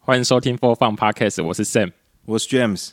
欢迎收听 Four Fun Podcast，我是 Sam。我是 James，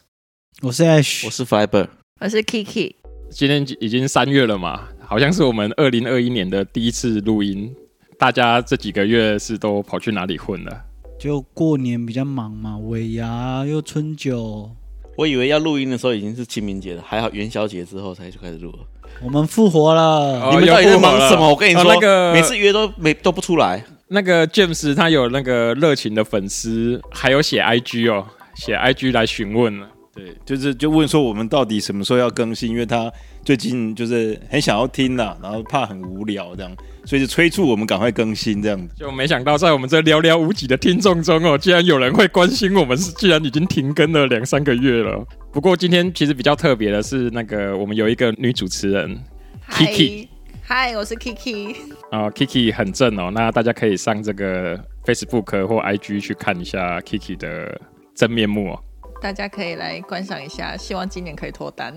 我是 Ash，我是 Fiber，我是 Kiki，今天已经三月了嘛，好像是我们二零二一年的第一次录音。大家这几个月是都跑去哪里混了？就过年比较忙嘛，尾牙又春酒，我以为要录音的时候已经是清明节了，还好元宵节之后才就开始录了。我们复活了。哦你们到底在又复活忙了什么？我跟你说，哦那个每次约都没都不出 来。那个 James 他有那个热情的粉丝，还有写 IG 哦，写 IG 来询问了。对，就是就问说我们到底什么时候要更新，因为他最近就是很想要听啦，然后怕很无聊这样，所以就催促我们赶快更新这样子。就没想到在我们这寥寥无几的听众中哦，竟然有人会关心我们，是竟然已经停更了两三个月了。不过今天其实比较特别的是，那个我们有一个女主持人，嗨 Kiki 嗨，我是 Kiki，啊、k i k i 很正哦，那大家可以上这个 Facebook 或 IG 去看一下 Kiki 的真面目 哦。大家可以来观赏一下，希望今年可以脱单。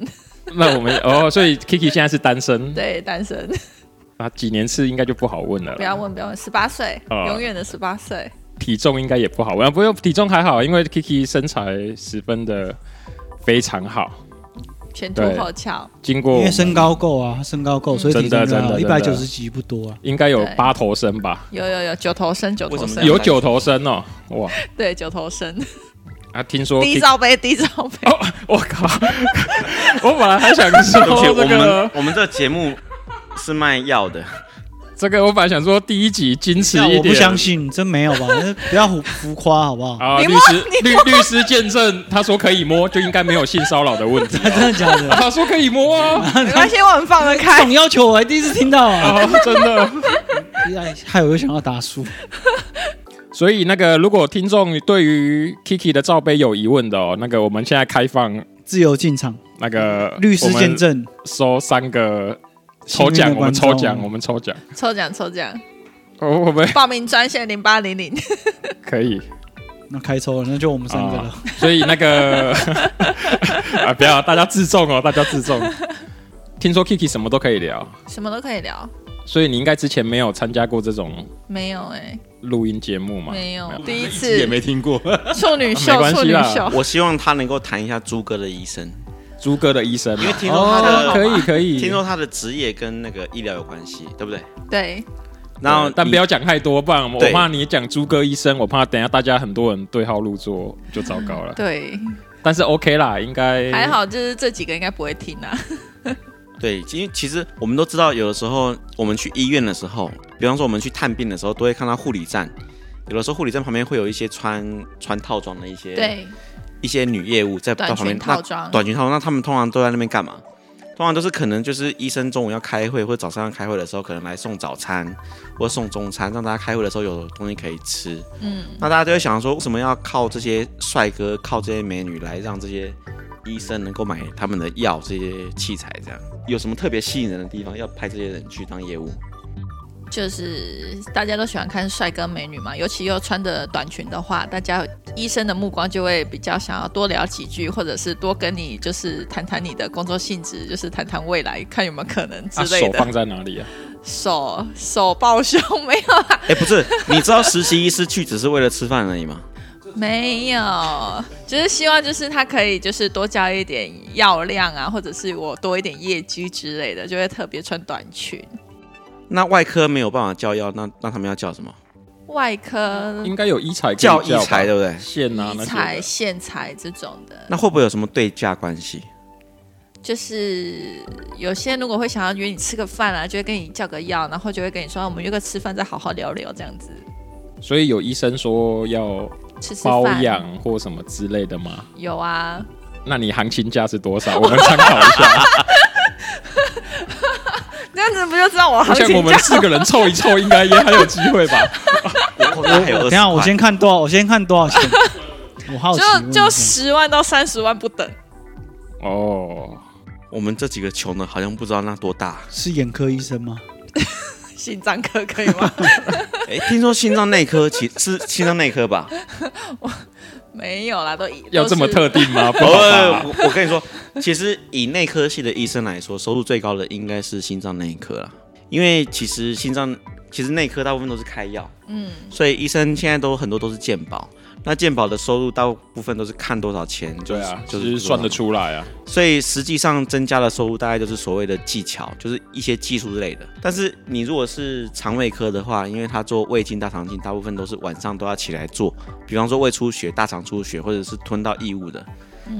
那我们哦，所以 Kiki 现在是单身，对，单身，啊，几年次应该就不好问了啦，不要问，不要问，十八岁，啊永远的十八岁。体重应该也不好问，啊不用体重还好，因为 Kiki 身材十分的非常好，前凸对后翘，经过因为身高够啊，身高够，所以体嗯真重的就好，一真百的九真的十几不多啊。应该有对八头身吧，有有有九头身，九头为什身么，有九头身哦，哇对，九头身，啊，听说低 Kiki，罩杯，低罩杯，哦，我靠， 我本来还想说而且这我们、哦个，我们这节目是卖药的，啊这个我本来想说第一集矜持一点，我不相信，真没有 吧？那不要浮浮夸好不好？啊，你律摸师律律师见证，他说可以摸，就应该没有性骚扰的问 题。真的假 的？他说可以摸 啊，没关系，我很放得这开种。要求我还第一次听到啊！啊真的。哎害我又想要打输。所以那个，如果听众对于 Kiki 的罩杯有疑问的哦，那个我们现在开放自由进场，那个 律师见，证，收三个抽奖，我们抽奖，我们抽奖，抽奖，抽奖，哦，我们报名专线零八零零。可以。那开抽了，那就我们三个了。所以那个 啊，不要大家自重哦，大家自重。听说 Kiki 什么都可以聊，什么都可以聊。所以你应该之前没有参加过这种没有哎、录音节目嘛？没有，第一也次没听过，处女没秀，关系处女啦秀，我希望他能够谈一下猪哥的医生，猪哥的医生嘛，因为听说他的、哦可以可以，听说他的职业跟那个医疗有关系，对不对？对，然后但你不要讲太多，不然我对怕你讲猪哥医生，我怕等一下大家很多人对号入座就糟糕了。对，但是 OK 啦，应该还。好，就是这几个应该不会听啊。对，因为其实我们都知道，有的时候我们去医院的时候，比方说我们去探病的时候，都会看到护理站。有的时候护理站旁边会有一些穿穿套装的一些对，一些女业务在在短旁边裙套装那短裙套装，那他们通常都在那边干嘛？通常都是可能就是医生中午要开会，或者早上要开会的时候，可能来送早餐或送中餐，让大家开会的时候有东西可以吃。嗯，那大家就会想说，为什么要靠这些帅哥、靠这些美女来让这些医生能够买他们的药、这些器材？这样有什么特别吸引人的地方？要派这些人去当业务？就是大家都喜欢看帅哥美女嘛，尤其又穿着短裙的话，大家医生的目光就会比较想要多聊几句，或者是多跟你就是谈谈你的工作性质，就是谈谈未来，看有没有可能之啊、类手的。放在哪里啊？手手抱胸没有 啦，哎、不是，你知道实习医师去只是为了吃饭而已吗？没有，就是希望就是他可以就是多加一点药量啊，或者是我多一点业绩之类的，就会特别穿短裙。那外科没有办法叫药，那那他们要叫什么？外科应该有医材可以叫吧医材，对不对？线啊医那材、些的。线材这种的，那会不会有什么对价关系？就是有些人如果会想要约你吃个饭啊，就会跟你叫个药，然后就会跟你说啊我们约个吃饭再好好聊聊这样子，所以有医生说要吃吃包饭。养或什么之类的吗？有啊，那你行情价是多少？我们参考一下。这样子不就知道我 行像我情们价？四个人凑一凑，应该也还有机会吧？我那还有等二一下我先看多少，我先看多 少钱。我好奇问就一下，就十万到三十万不等，哦，我们这几个穷的，好像不知道那多大。是眼科医生吗？心脏科可以吗？哎，听说心脏内科其 是心脏内科吧？没有啦，都一要这么特，定吗？不哦，好吧我我跟你说，其实以内科系的医生来说，收入最高的应该是心脏内科啦。因为其实心脏其实内科大部分都是开药，嗯，所以医生现在都很多都是健保。那健保的收入大部分都是看多少钱，就对是啊，就就是是算得出来啊。所以实际上增加的收入大概就是所谓的技巧，就是一些技术之类的。但是你如果是肠胃科的话，因为他做胃镜、大肠镜，大部分都是晚上都要起来做，比方说胃出血、大肠出血，或者是吞到异物的，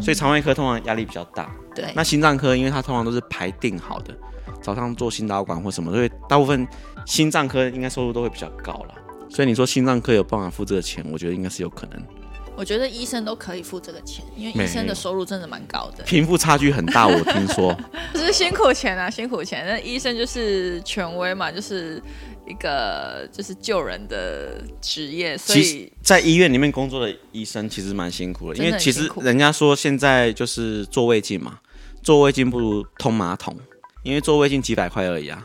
所以肠胃科通常压力比较大。对，那心脏科，因为它通常都是排定好的，早上做心导管或什么，所以大部分心脏科应该收入都会比较高了。所以你说心脏科有办法付这个钱，我觉得应该是有可能，我觉得医生都可以付这个钱，因为没医生的收入真的蛮高的，贫富差距很大，我听说。只是辛苦钱啊，辛苦钱。那医生就是权威嘛，就是一个就是救人的职业，所其以实，在医院里面工作的医生其实蛮辛苦的，因真的为很其辛实苦人家说现在就是做胃镜嘛，做胃镜不如通马桶，因为做胃镜几百块而已啊。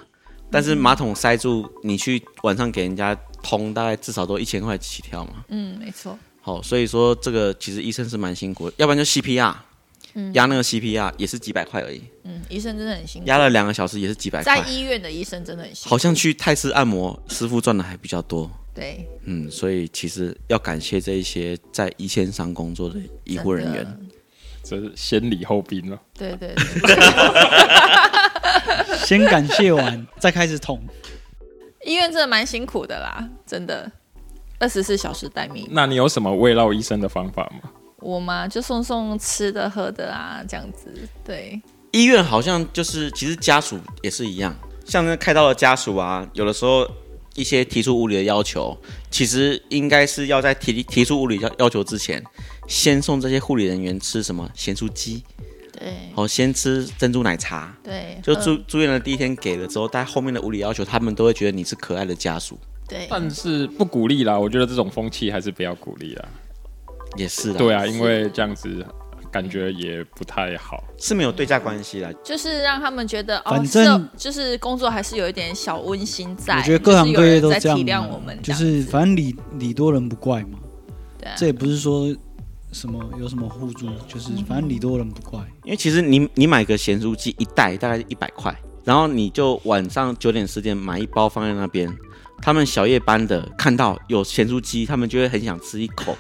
但是马桶塞住，你去晚上给人家通，大概至少都一千块起跳嘛。嗯，没错，好，所以说这个其实医生是蛮辛苦的，要不然就 CPR，压那个 CPR 也是几百块而已，嗯，医生真的很辛苦压。了两个小时也是几百在块，医院的医生真的很辛苦，好像去泰式按摩师傅赚的还比较多。对嗯，所以其实要感谢这一些在一线上工作的医护人员。这是先礼后兵了。对对对。先感谢完，再开始捅。医院真的蛮辛苦的啦，真的，二十四小时待命。那你有什么慰劳医生的方法吗？我嘛就送送吃的喝的啊，这样子。对，医院好像就是，其实家属也是一样，像那开刀的家属啊，有的时候一些提出无理的要求，其实应该是要在提提出无理要要求之前，先送这些护理人员吃什么咸酥鸡，对，好，先吃珍珠奶茶。对，嗯就喝住住院的第一天给了之后，但后面的无理要求，他们都会觉得你是可爱的家属，对，但是不鼓励啦，我觉得这种风气还是不要鼓励啦。也是啦，对啊，因为这样子感觉也不太好。是没有对价关系啦，就是让他们觉得哦，反正是就是工作还是有一点小温馨在。我觉得各行各业都就是这有样人在嘛体谅我们这就样，是反正理理多人不怪嘛。对啊这也不是说什么有什么互助，就是嗯反正理多人不怪。因为其实你你买个咸酥鸡一袋大概一百块，然后你就晚上九点十点买一包放在那边，他们小夜班的看到有咸酥鸡，他们就会很想吃一口，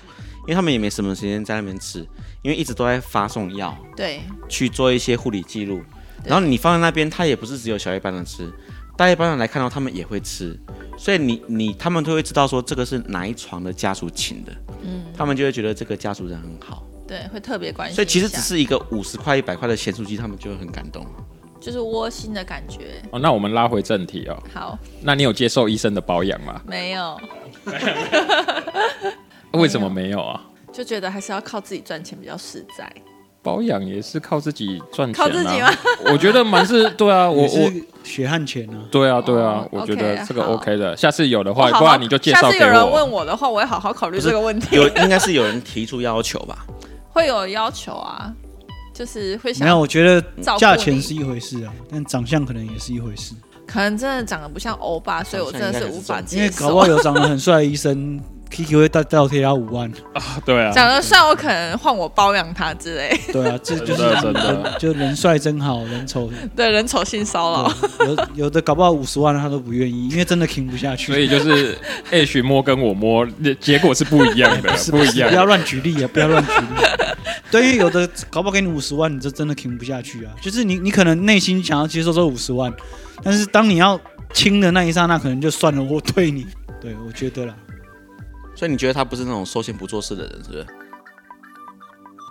因为他们也没什么时间在那边吃，因为一直都在发送药对去做一些护理记录，对然后你放在那边，他也不是只有小夜班的吃，大夜班的来看到他们也会吃，所以你你他们都会知道说这个是哪一床的家属请的，嗯，他们就会觉得这个家属人很好。对，会特别关心一下。所以其实只是一个五十块、一百块的咸酥鸡，他们就会很感动。就是窝心的感觉。哦，那我们拉回正题哦。好，那你有接受医生的保养吗？没有，为什么没有啊？就觉得还是要靠自己赚钱比较实在。保养也是靠自己赚钱、啊，靠自己吗？我觉得蛮 是，对啊，我也我，是血汗钱啊，对啊，对啊哦，我 OK，觉得这个好 OK 的。下次有的我话，好好不然你就介绍下次给有人问我。我的话，我会好好考虑不是这个问题。有 应该是有人提出要求吧？ 会有要求啊，就是会没有，想，我觉得照顾价钱你是一回事啊，但长相可能也是一回事。可能真的长得不像欧巴，所以我真的是无法因为接搞不好 受。有长得很帅的医 生，Kiki 会倒倒贴他五万。 对啊，长得帅，我可能换我包养他之类。 对啊，这就是真的真的就人帅真好，人丑对，人丑性骚扰，对有有的搞不好五十万他都不愿意，因为真的挺不下去。所以就是 H 摸跟我摸，结果是不一样 的， 不一样不要的。乱举例啊！不要乱 举例。对，因为有的搞不好给你五十万，你就真的挺不下去啊。就是你，你可能内心想要接受这五十万，但是当你要亲的那一刹那，可能就算了，我对你。对，我觉得啦。所以你觉得他不是那种收钱不做事的人，是不是？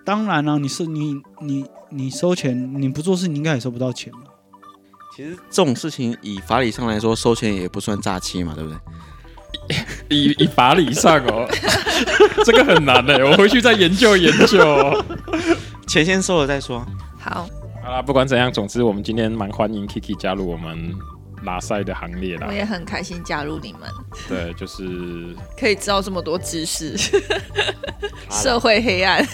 当然啊啦、你是你你你收钱，你不做事，你应该也收不到钱嘛。其实这种事情以法理上来说，收钱也不算诈欺嘛，对不对？以以法理上哦， 这个很难的，我回去再研究研究哦。钱先收了再说啊。好，好啦，不管怎样，总之我们今天蛮欢迎 Kiki 加入我们拉塞的行列啦我。也很开心加入你们，对，就是可以知道这么多知识， 社会黑暗。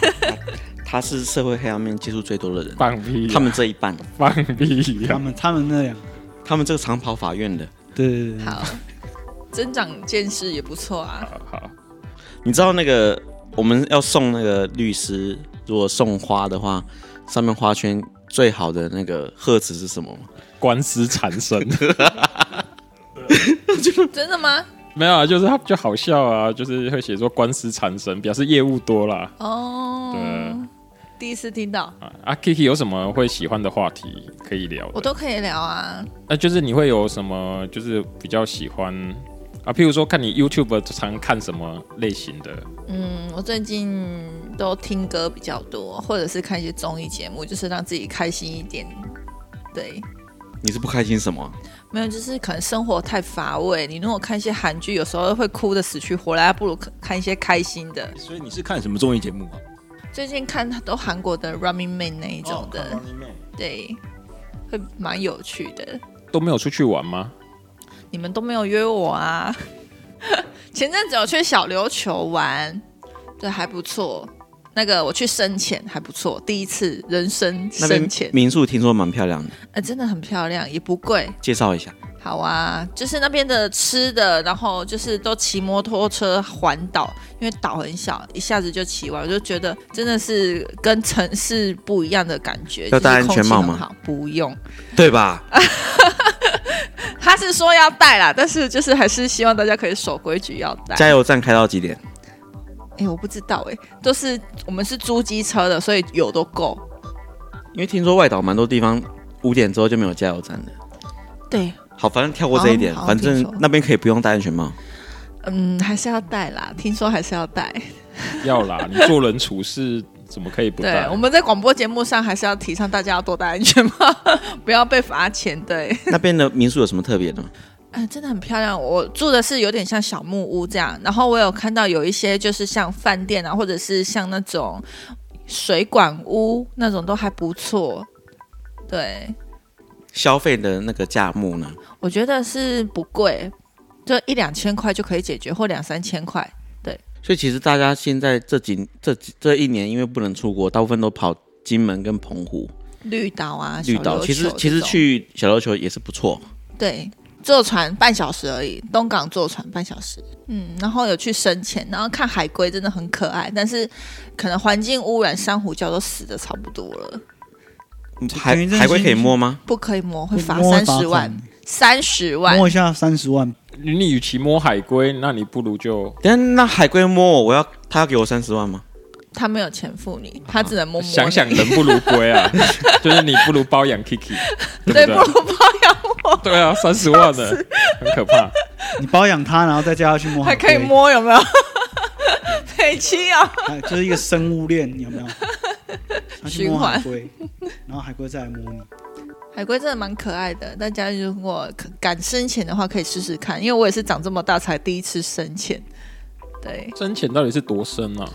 他是社会黑暗面接触最多的人，放嗯屁啦，啊他们这一半，放屁啊他呀！们他们那样，他们这个长跑法院的，对对对对，好，增长见识也不错啊。好好，你知道那个我们要送那个律师，如果送花的话，上面花圈最好的那个贺词是什么吗？官司缠身，真的吗？ 没有啊，就是他就好笑啊，就是会写说官司缠身，表示业务多啦。哦，第一次听到，啊啊，Kiki 有什么会喜欢的话题可以聊的？我都可以聊啊。那、就是你会有什么就是比较喜欢啊？譬如说看你 YouTube 常看什么类型的？嗯，我最近都听歌比较多，或者是看一些综艺节目，就是让自己开心一点。对，你是不开心什么？没有，就是可能生活太乏味。你如果看一些韩剧，有时候会哭的死去活来，不如看一些开心的。 所以你是看什么综艺节目啊？最近看都韩国的《Running Man》那一种的，哦看 Running Man 对，会蛮有趣的。都没有出去玩吗？ 你们都没有约我啊！ 前阵子有去小琉球玩，对，还不错。那个我去深潜还不错，第一次人生那边深潜，民宿听说蛮漂亮的，呃，真的很漂亮，也不贵。介绍一下。好啊，就是那边的吃的，然后就是都骑摩托车环岛，因为岛很小，一下子就骑完，我就觉得真的是跟城市不一样的感觉。要戴就是安全帽空气吗很好，不用。对吧？他是说要戴啦，但是就是还是希望大家可以守规矩要戴。加油站开到几点？哎、我不知道哎、都是我们是租机车的，所以油都够。因为听说外岛蛮多地方五点之后就没有加油站了。对，好，反正跳过这一点，好好反正听说那边可以不用戴安全 帽。嗯，还是要戴啦，听说还是要戴。要啦，你做人处事怎么可以不对带，我？们在广播节目上还是要提倡大家要多戴安全帽， 不要被罚钱。对，那边的民宿有什么特别的吗？嗯、真的很漂亮。我住的是有点像小木屋这样，然后我有看到有一些就是像饭店啊，或者是像那种水管屋那种都还不错。对，消费的那个价目呢？我觉得是不贵，就一两千块就可以解决，或两三千块。所以其实大家现在这几这几这一年，因为不能出国，大部分都跑金门跟澎湖、绿岛啊，绿小岛。琉其实球这其实种去小琉球也是不错。对坐船半小时而已，东港坐船半小时，嗯，然后有去深潜，然后看海龟真的很可爱，但是可能环境污染，珊瑚礁都死的差不多了，海等于真心海龟可以摸吗？不可以摸，会罚摸三会罚十万款，三十万摸。一下三十万，你与其摸海龟，那你不如就但那海龟摸我，我要他要给我三十万吗？他没有钱付你，他只能摸摸你。想想人不如龟 啊，就是你不如包养 Kiki，对对，不不对？如包养我，对啊，三十万的，很可怕。你包养它，然后再叫它去摸， 还可以，摸有没有？北七啊，啊就是一个生物链，有 没有？它去摸循环海龟，然后海龟再来摸你。海龟真的蛮可爱的，大家如果可敢深潜的话，可以试试看，因为我也是长这么大才第一次深潜。对，深潜到底是多深啊？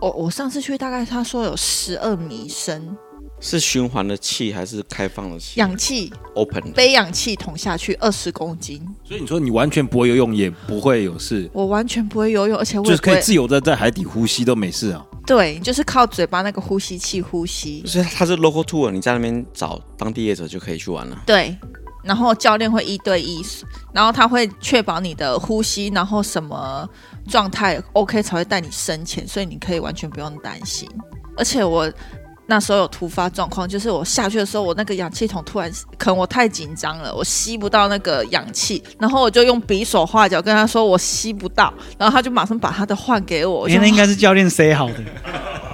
我哦我上次去大概他说有十二米深，是循环的气还是开放的气氧气？Open 的。背氧气桶下去二十公斤，所以你说你完全不会游泳，也不会有事，我完全不会游泳，而且我就也是不可以会自由的在海底呼吸都没事啊。对，就是靠嘴巴那个呼吸器呼吸就，是它是 local tour，你在那边找当地业者就可以去玩了。对。然后教练会一对一，然后他会确保你的呼吸，然后什么状态 OK 才会带你深潜，所以你可以完全不用担心。而且我那时候有突发状况，就是我下去的时候，我那个氧气筒突然，可能我太紧张了，我吸不到那个氧气，然后我就用比手画脚跟他说我吸不到，然后他就马上把他的换给我。我哎、就那应该是教练 say 好的，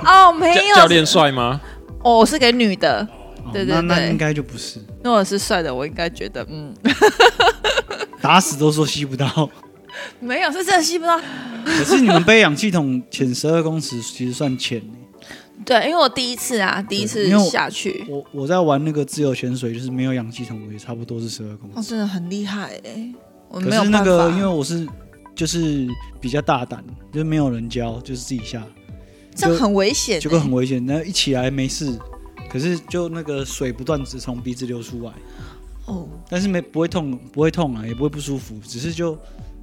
哦，没有教教练帅吗？哦，我是给女的， 哦对那对那对应该就不是，如果是帅的，我应该觉得嗯， 打死都说吸不到。没有，是真的吸不到。可是你们背氧气筒潜十二公尺，其实算浅欸、对，因为我第一次啊，第一次因为我下去，我我在玩那个自由潜水，就是没有氧气筒，也差不多是十二公哦，尺。真的很厉害哎、我可没有是办那法。个，因为我是就是比较大胆，就是没有人教，就是自己下，这样很危险、欸，结果很危险。然后一起来没事，可是就那个水不断直从鼻子流出来，哦，但是没不会痛，不会痛啊，也不会不舒服，只是就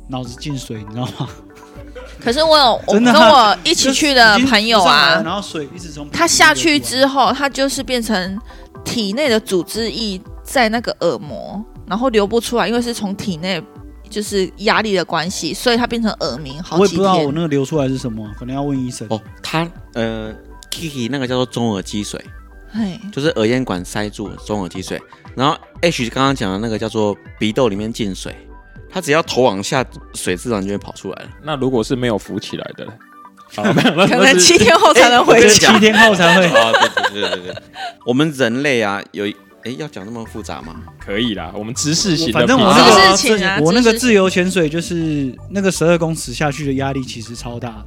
脑子进水，你知道吗？可是我有我真的跟啊我一起去的朋友就是已经浮上来了啊，然后水一直从他下去之后，后，他就是变成体内的组织液在那个耳膜，然后流不出来，因为是从体内就是压力的关系，所以他变成耳鸣好我也几不知道我天。那个流出来是什么，可能要问医生。哦，它呃，Kiki 那个叫做中耳积水， 嘿，就是耳咽管塞住中耳积水。然后 H 刚刚讲的那个叫做鼻窦里面进水，它只要头往下，水自然就会跑出来了。那如果是没有浮起来的嘞， 好，没有，那可那能是七天后才 能回真去的。假七天后才 会。啊，对对对对对，我们人类啊，有一哎要讲那么复杂吗？可以啦。我们直视型的比，，反正我知那识个型啊我那个知识型自由潜水就是那个十二公尺下去的压力其实超大的，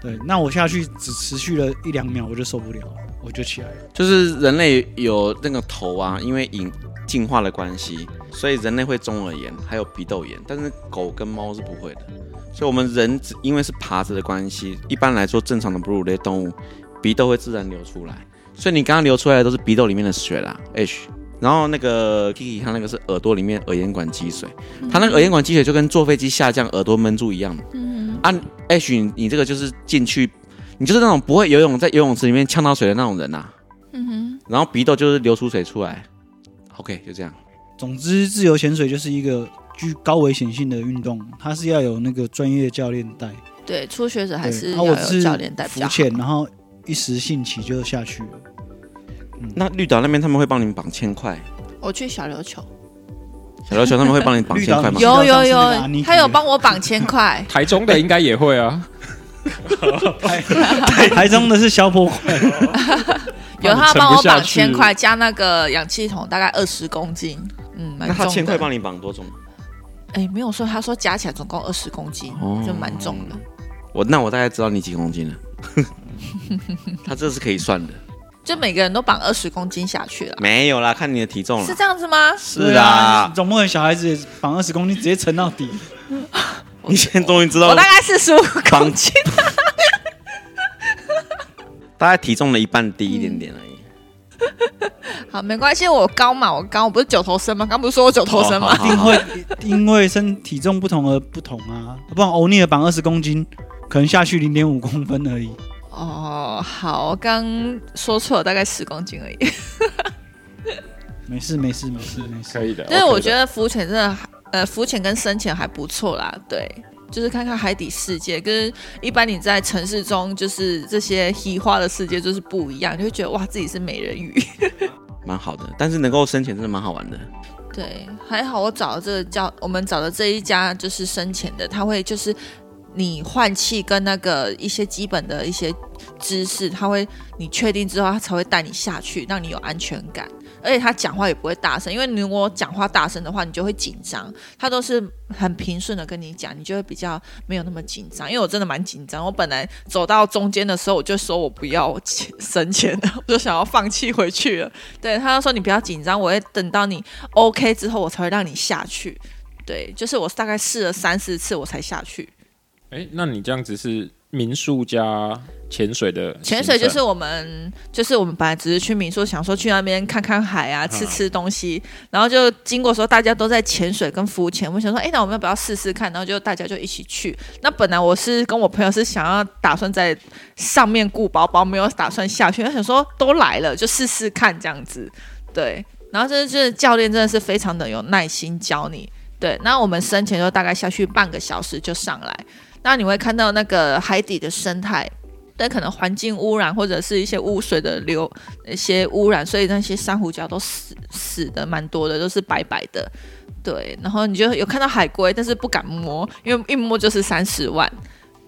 对，那我下去只持续了一两秒我就受不了了，我就起来了。就是人类有那个头啊，因为引进化的关系，所以人类会中耳炎，还有鼻窦炎，但是狗跟猫是不会的。所以我们人只因为是爬着的关系，一般来说正常的哺乳类动物鼻窦会自然流出来，所以你刚刚流出来的都是鼻窦里面的水啦，H。然后那个 Kiki 他那个是耳朵里面耳咽管积水，他那个耳咽管积水就跟坐飞机下降耳朵闷住一样的。嗯，啊，H 你你这个就是进去，你就是那种不会游泳在游泳池里面呛到水的那种人啊呐、嗯哼，然后鼻窦就是流出水出来。OK，就这样。总之，自由潜水就是一个具高危险性的运动，它是要有那个专业教练带，对，初学者还对是啊要我有是教练带比浮较好。潜，然后一时兴起就下去了。那绿岛那边他们会帮你们绑铅块，我去小琉球，小琉球他们会帮你绑铅 块吗绿？岛上有有次那个阿有，妮他去有的帮我绑千块台中的应该也会 啊。台台中的是消波块，有帮你他撑帮不我下绑千去块，加那个氧气筒大概二十公斤，嗯，蛮那他重铅块的。帮你绑多重？哎，没有说，他说加起来总共二十公斤哦，就蛮重的。我那我大概知道你几公斤 了。他这是可以算 的，就每个人都绑二十公斤下去了，没有啦，看你的体重是了。这样子吗？哦是对啊，啊，总不能小孩子绑二十公斤直接沉到底。你现在终于知我道大概四十五 公斤，大概体重的一半低一点点而已。好，没关系，我高嘛，我高，我不是九头身吗？刚不是说我九头身吗？嗯哦好好因为因为身体重不同而不同啊，不然欧尼尔绑二十公斤，可能下去零点五公分而已。哦，好，我刚说错了，大概十公斤而已。没事没事没事没事。可以的。就是 OK 的我觉得浮潜真的还，呃，浮潜跟深潜还不错啦，对。就是看看海底世界，跟一般你在城市中，就是这些黑花的世界就是不一样，就会觉得哇，自己是美人鱼。蛮好的，但是能够深潜真的蛮好玩的。对，还好我找的这个叫我们找的这一家就是深潜的，他会就是你换气跟那个一些基本的一些知识，他会你确定之后，他才会带你下去，让你有安全感。而且他讲话也不会大声，因为你如果哎讲话大声的话，你就会紧张。他都是很平顺的跟你讲，你就会比较没有那么紧张。因为我真的蛮紧张，我本来走到中间的时候，我就说我不要 钱深潜了，我就想要放弃回去了。对，他就说你不要紧张，我会等到你 OK 之后，我才会让你下去。对，就是我大概试了三四次，我才下去。哎，那你这样子是民宿加潜水的行程？潜水就是我们，就是我们本来只是去民宿，想说去那边看看海啊，吃吃东西，然后就经过说大家都在潜水跟浮潜，我想说，哎，那我们要不要试试看？然后就大家就一起去。那本来我是跟我朋友是想要打算在上面顾包包，没有打算下去，想说都来了就试试看这样子，对。然后真的是教练真的是非常的有耐心教你，对。那我们深潜就大概下去半个小时就上来，那你会看到那个海底的生态。但可能环境污染或者是一些污水的流呃一些污染，所以那些珊瑚礁都死死的蛮多的，都是白白的。对，然后你就有看到海龟，但是不敢摸，因为一摸就是三十万。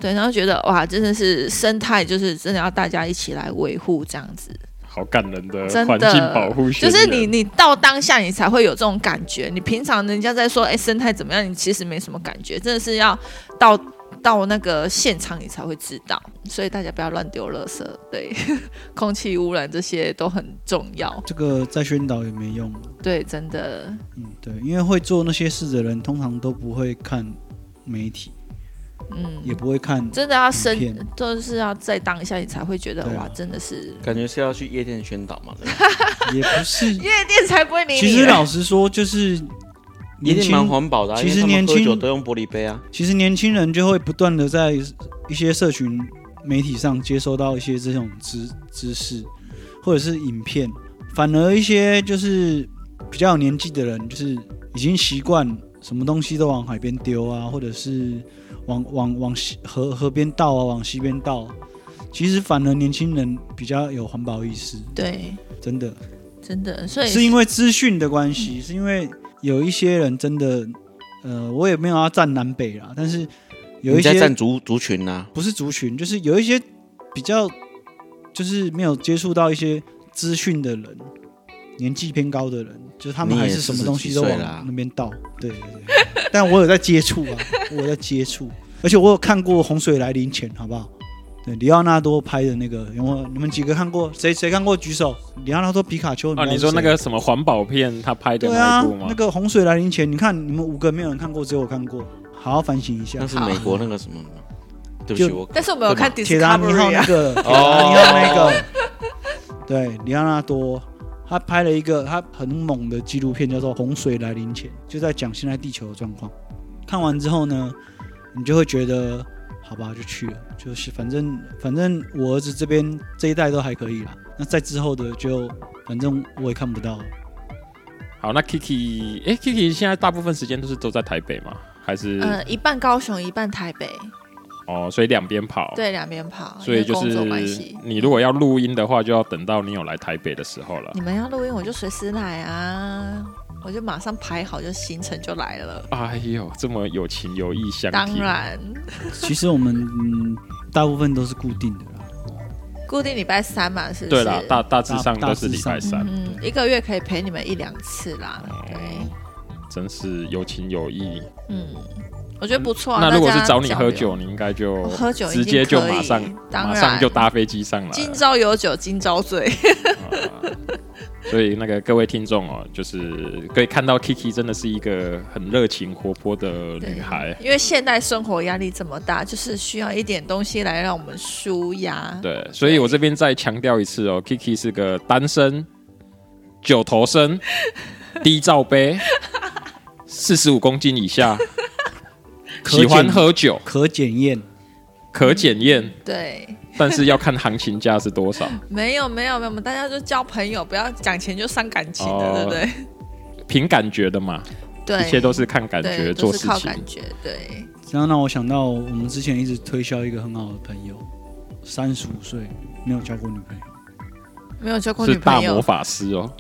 对，然后觉得哇，真的是生态，就是真的要大家一起来维护这样子。好感人呃的真环的境保护宣就言，是你你到当下你才会有这种感觉。你平常人家在说哎、生态怎么样，你其实没什么感觉，真的是要到到那个现场你才会知道。所以大家不要乱丢垃圾，对， 空气污染这些都很重要。这个再宣导也没用。对，真的，嗯，对，因为会做那些事的人，通常都不会看媒体，嗯，也不会看。真的要生影片，就是要在当下你才会觉得、对啊哇，真的是感觉是要去夜店宣导嘛？对 吧也不 是。夜店才不会理你。其实老实说，就是夜年店轻蛮环保的、啊，其实因为他年们轻喝酒都用玻璃杯啊。其实年轻人就会不断的在一些社群媒体上接收到一些这种知知识，或者是影片，反而一些就是比较有年纪的人，就是已经习惯什么东西都往海边丢啊，或者是往 往往西河河边倒啊，往西边倒。其实反而年轻人比较有环保意识，对，真的真的，所以是因为资讯的关系，是因为有一些人真的呃，我也没有要站南北啦，但是有你一在些占族族群啊，不是族群，就是有一些比较就是没有接触到一些资讯的人，年纪偏高的人，就是他们你还也是什么40东西几都岁往啦那边倒。对对对， 但我有在接触啊，我有在接触，而且我有看过《洪水来临前》，好不好？对，里奥纳多拍的那个，有没有？你们几个看过？谁谁看过？举手。里奥纳多皮卡丘，哦，知道你是说那谁个什么环保片他拍的对那啊一部吗？，那个洪水来临前，你看你们五个没有人看过，只有我看过，好好反省一下那。是美国那个什么吗？对不起，就我但是我们有看铁达尼号 Discovery 那啊，个，铁达尼号那个，对，里奥纳多他拍了一个他很猛的纪录片，叫做《洪水来临前》，就在讲现在地球的状况。看完之后呢，你就会觉得，好吧，就去了，就是反正反正我儿子这边这一代都还可以啦，那再之后的就反正我也看不到了。啊好，那 Kiki，哎、k i k i 现在大部分时间都是都在台北吗？还是、呃，一半高雄，一半台北，哦，所以两边跑。，对，两边跑，所以就因为工是嗯作关系。你如果要录音的话，就要等到你有来台北的时候了你。们要录音，我就随时来啊，我就马上排好，就行程就来了。哎呦，这么有情有义相当挺，然，其实我们嗯，大部分都是固定的啦。固定礼拜三嘛，是不对是？啦，大大致大上大都是致礼拜上三，嗯，一个月可以陪你们一两次啦。哦对，真是有情有义。嗯，我觉得不错啊。嗯那如果大是家找你交喝流酒，，你应该就我喝酒已直经接就可马以上当马上然就搭飞机上来了。今朝有酒今朝醉。所以那个各位听众哦，就是可以看到 Kiki 真的是一个很热情活泼的女孩。 因为现代生活压力这么大，就是需要一点东西来让我们舒压。对，所以我这边再强调一次哦，Kiki 是个单身、九头 身、低罩杯、四十五公斤以 下，可喜欢检喝酒，可检验，可检验，对，但是要看行情价是多少。没有没有没有，我们大家就交朋友，不要讲钱就伤感情的，哦对不对？凭感觉的嘛，对，一切都是看感觉对，做都事是靠情。感觉。对，这样让我想到我们之前一直推销一个很好的朋友，三十五岁没有交过女朋友，没有交过是女大朋魔友，法师哦，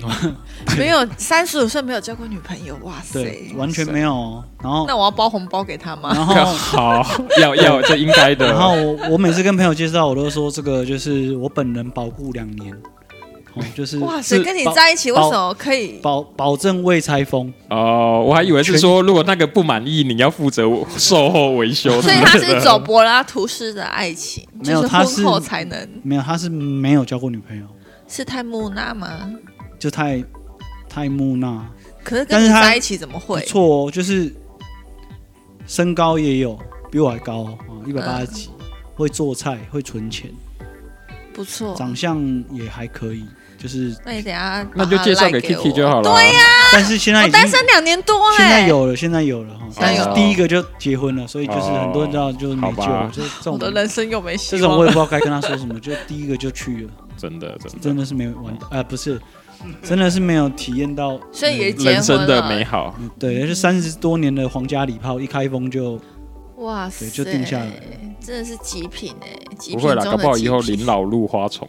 没有三十五岁没有交过女朋友，哇塞！对，完全没有哦。然后，那我要包红包给他吗？然后， 好，要要这应该的。然后我我每次跟朋友介绍，我都说这个就是我本人保固两年，哦，就是哇塞，跟你在一起为什么可以？保保证未拆封，哦，我还以为是全说，如果那个不满意，你要负责售后维修之所类以的。他是走柏拉图式的爱情，没有就是他是婚后才能，没有，他是没有交过女朋友，是太木讷吗？就太太木讷，可是但跟是你他在一起怎么不会？错哦，就是身高也有比我还高哦，一百八十几，嗯会做菜，会存钱。不错，长相也还可以，就是，那你等一下 那就介绍给 Kiki 就好了。了。对呀，但是现在我已经哦单身两年多哎、现在有了，现在有了哈，在但有是第一个就结婚了，所以就是哦很多人知道就是没救好了吧，这这种我的人生又没这希种望我也了。不知道该跟他说什么，就第一个就去了，真的真的，真的是没哦玩啊，不是，真的是没有体验到，所以也结人婚生了的美好。嗯对，就三十多年的皇家礼炮一开封就哇塞，对就定下来了真的是极品哎、极不品会中的啦，极搞品。不好以后临老入花丛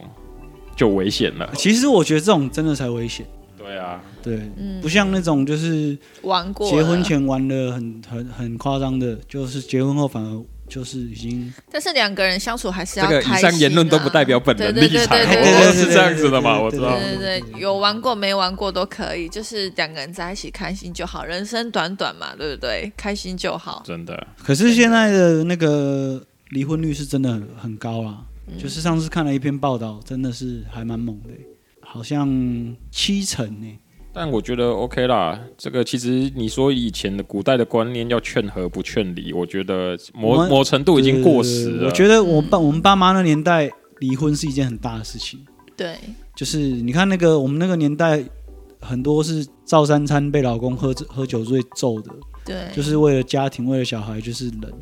就危险了。其实我觉得这种真的才危险，对啊，对，嗯不像那种就是玩过了结婚，前玩的很很很夸张的，就是结婚后反而就是已经但是两个人相处还是这要个以开心啊。上言论都不代表本人立场，对对对对哦对对是这样子的嘛？我知道对。对对对，有玩过没玩过都可以，就是两个人在一起开心就好，人生短短嘛，对不对？开心就好。真的，可是现在的那个离婚率是真的很很高啦，嗯就是上次看了一篇报道，真的是还蛮猛的欸、好像七成呢、但我觉得 OK 啦。这个其实你说以前的古代的观念要劝和不劝离，我觉得我某们某程度已经过时呃了。我觉得我爸我们爸妈那年代离婚是一件很大的事情，对，就是你看那个我们那个年代。很多是照三餐被老公喝喝酒醉揍的，对，就是为了家庭，为了小孩，就是忍。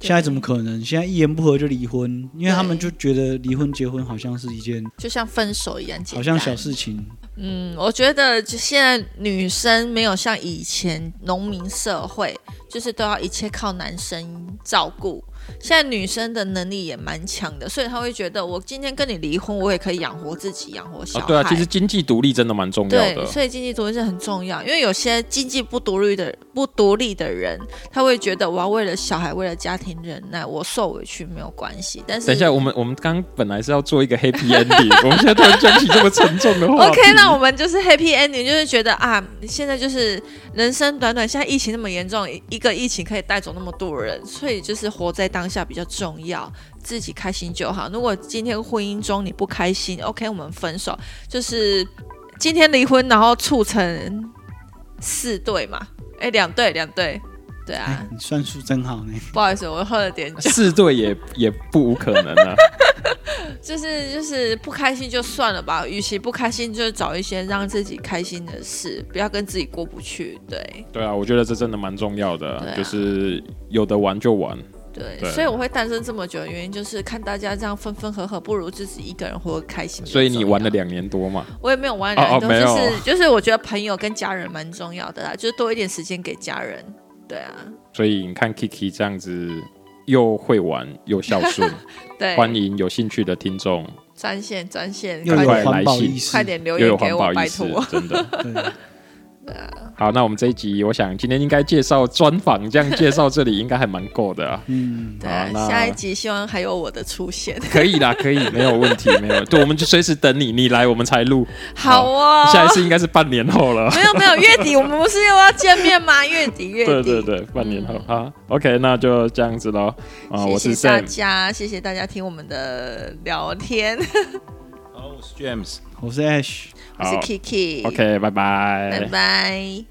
现在怎么可能？现在一言不合就离婚，因为他们就觉得离婚结婚好像是一件就像分手一样简单，好像小事情，嗯，我觉得就现在女生没有像以前农民社会，就是都要一切靠男生照顾，现在女生的能力也蛮强的，所以她会觉得我今天跟你离婚，我也可以养活自己，养活小啊孩。，对啊，其实经济独立真的蛮重要对，的。所以经济独立是很重要，因为有些经济不独立的不独立的人，他会觉得我要为了小孩、为了家庭忍耐，我受委屈没有关系。但是等一下，我们我们刚本来是要做一个 happy ending，我们现 在突然讲起这么沉重的话题 OK，那我们就是 happy ending，就是觉得啊，现在就是人生短短，现在疫情那么严重，一一个疫情可以带走那么多人，所以就是活在当下比较重要，自己开心就好。如果今天婚姻中你不开心，OK，我们分手，就是今天离婚，然后促成四对嘛，哎，两对，两对，对啊哎，，你算数真好呢。不好意思，我喝了点酒，四对也也不无可能啊。就是就是不开心就算了吧，与其不开心，就是找一些让自己开心的事，不要跟自己过不去，对。 对啊，我觉得这真的蛮重要的，对啊就是有的玩就玩。对，对所以我会单身这么久的原因就是看大家这样分分合合，不如自己一个人活得开心。所以你玩了比较重两年多嘛？要，我也没有玩哦哦两没年有多，就是就是我觉得朋友跟家人蛮重要的啦，就是多一点时间给家人。对啊，所以你看 Kiki 这样子，又会玩又孝顺， 对，欢迎有兴趣的听众专线专线，又快有快点环保来信意识，快点留又有言给环保我，意拜识托。， 真的。对，好，那我们这一集，我想今天应该介绍专访，这样介绍这里应该还蛮够的 啊。嗯，对啊好，那下一集希望还有我的出现。可以啦，可以，没有问题，没有。对，我们就随时等你，你来我们才录。好哦， 下一次应该是半年后 了。没有没有月底，我们不是又要见 面吗？月底月对底，对对，半年后啊。OK，那就这样子喽。啊，我谢是谢大 Sam，家，谢谢大家听我们的聊天，好，我是 James。我是 Ash。我是 Kiki。 OK，拜拜拜。